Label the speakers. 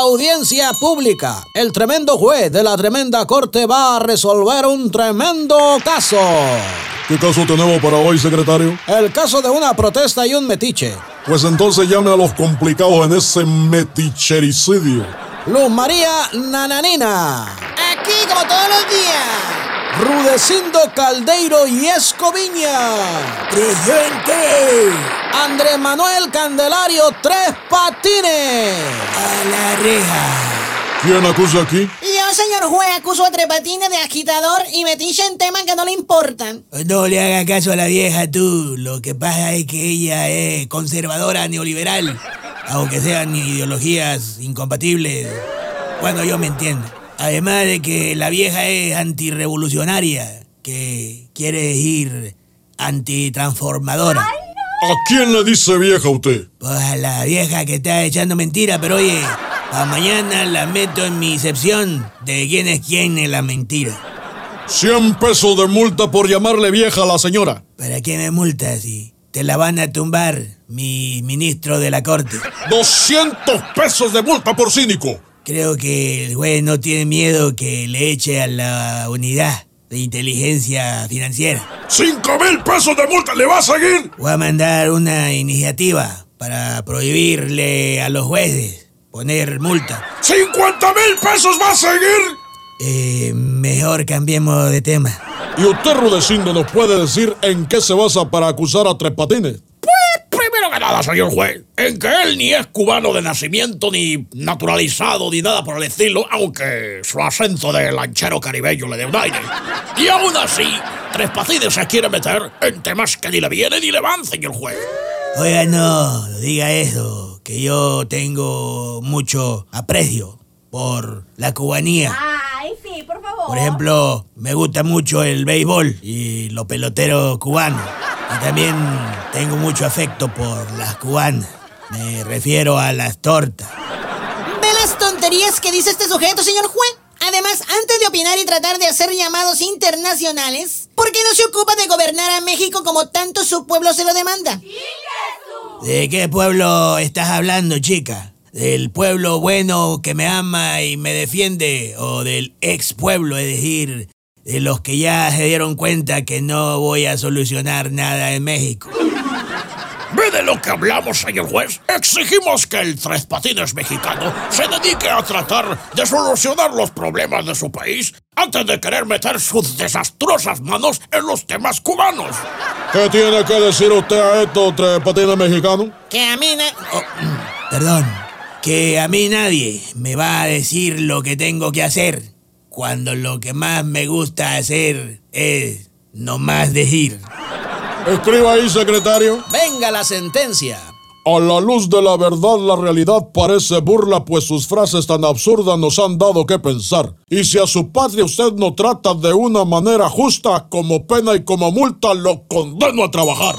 Speaker 1: Audiencia pública. El tremendo juez de la tremenda corte va a resolver un tremendo caso.
Speaker 2: ¿Qué caso tenemos para hoy, secretario?
Speaker 1: El caso de una protesta y un metiche.
Speaker 2: Pues entonces llame a los complicados en ese metichericidio.
Speaker 1: Luz María Nananina.
Speaker 3: Aquí como todos los días.
Speaker 1: Rudecindo Caldeiro y Escoviña.
Speaker 4: Presente
Speaker 1: Andrés Manuel Candelario Tres Patines.
Speaker 4: a la reja.
Speaker 2: ¿Quién acusa aquí?
Speaker 3: Yo, señor juez, acuso a Tres Patines de agitador y metiche en temas que no le importan.
Speaker 4: No le hagas caso a la vieja tú. Lo que pasa es que ella es conservadora neoliberal, aunque sean ideologías incompatibles. Cuando yo me entiendo. Además de que la vieja es antirrevolucionaria, que quiere decir antitransformadora.
Speaker 2: ¿A quién le dice vieja usted?
Speaker 4: Pues a la vieja que está echando mentira, pero oye, a mañana la meto en mi sección de quién es quién en la mentira.
Speaker 2: 100 pesos de multa por llamarle vieja a la señora.
Speaker 4: ¿Para qué me multas si te la van a tumbar, mi ministro de la corte?
Speaker 2: 200 pesos de multa por cínico.
Speaker 4: Creo que el juez no tiene miedo que le eche a la unidad de inteligencia financiera.
Speaker 2: 5 mil pesos de multa le va a seguir.
Speaker 4: Voy a mandar una iniciativa para prohibirle a los jueces poner multa.
Speaker 2: 50 mil pesos va a seguir.
Speaker 4: Eh, mejor cambiemos de tema.
Speaker 2: ¿Y usted, Rudecindo, nos puede decir en qué se basa para acusar a Tres Patines?
Speaker 5: Pues, Primero que nada, señor juez, en que él ni es cubano de nacimiento, ni naturalizado, ni nada por el estilo, aunque su acento de lanchero caribeño le dé un aire. Y aún así, Tres Patines se quiere meter en temas que ni le vienen ni le van, señor juez.
Speaker 4: Oiga, no, no diga eso, que yo tengo mucho aprecio por la cubanía.
Speaker 6: Ay, sí, Ah, por favor.
Speaker 4: Por ejemplo, me gusta mucho el béisbol y los peloteros cubanos. Y también tengo mucho afecto por las cubanas. Me refiero a las tortas.
Speaker 3: ¿Ve las tonterías que dice este sujeto, señor juez? Además, antes de opinar y tratar de hacer llamados internacionales, ¿por qué no se ocupa de gobernar a México como tanto su pueblo se lo demanda?
Speaker 4: ¿De qué pueblo estás hablando, chica? ¿Del pueblo bueno que me ama y me defiende? ¿O del ex pueblo, es decir, de los que ya se dieron cuenta que no voy a solucionar nada en México?
Speaker 5: Ve de lo que hablamos, señor juez. Exigimos que el Tres Patines mexicano se dedique a tratar de solucionar los problemas de su país antes de querer meter sus desastrosas manos en los temas cubanos.
Speaker 2: ¿Qué tiene que decir usted a estos Tres Patines mexicanos?
Speaker 3: Que Eh, a mí na-
Speaker 4: Perdón, que a mí nadie me va a decir lo que tengo que hacer, cuando lo que más me gusta hacer es nomás decir.
Speaker 2: Escriba ahí, secretario.
Speaker 1: Venga la sentencia.
Speaker 2: A la luz de la verdad, la realidad parece burla, pues sus frases tan absurdas nos han dado que pensar. Y si a su patria usted no trata de una manera justa, como pena y como multa, lo condeno a trabajar.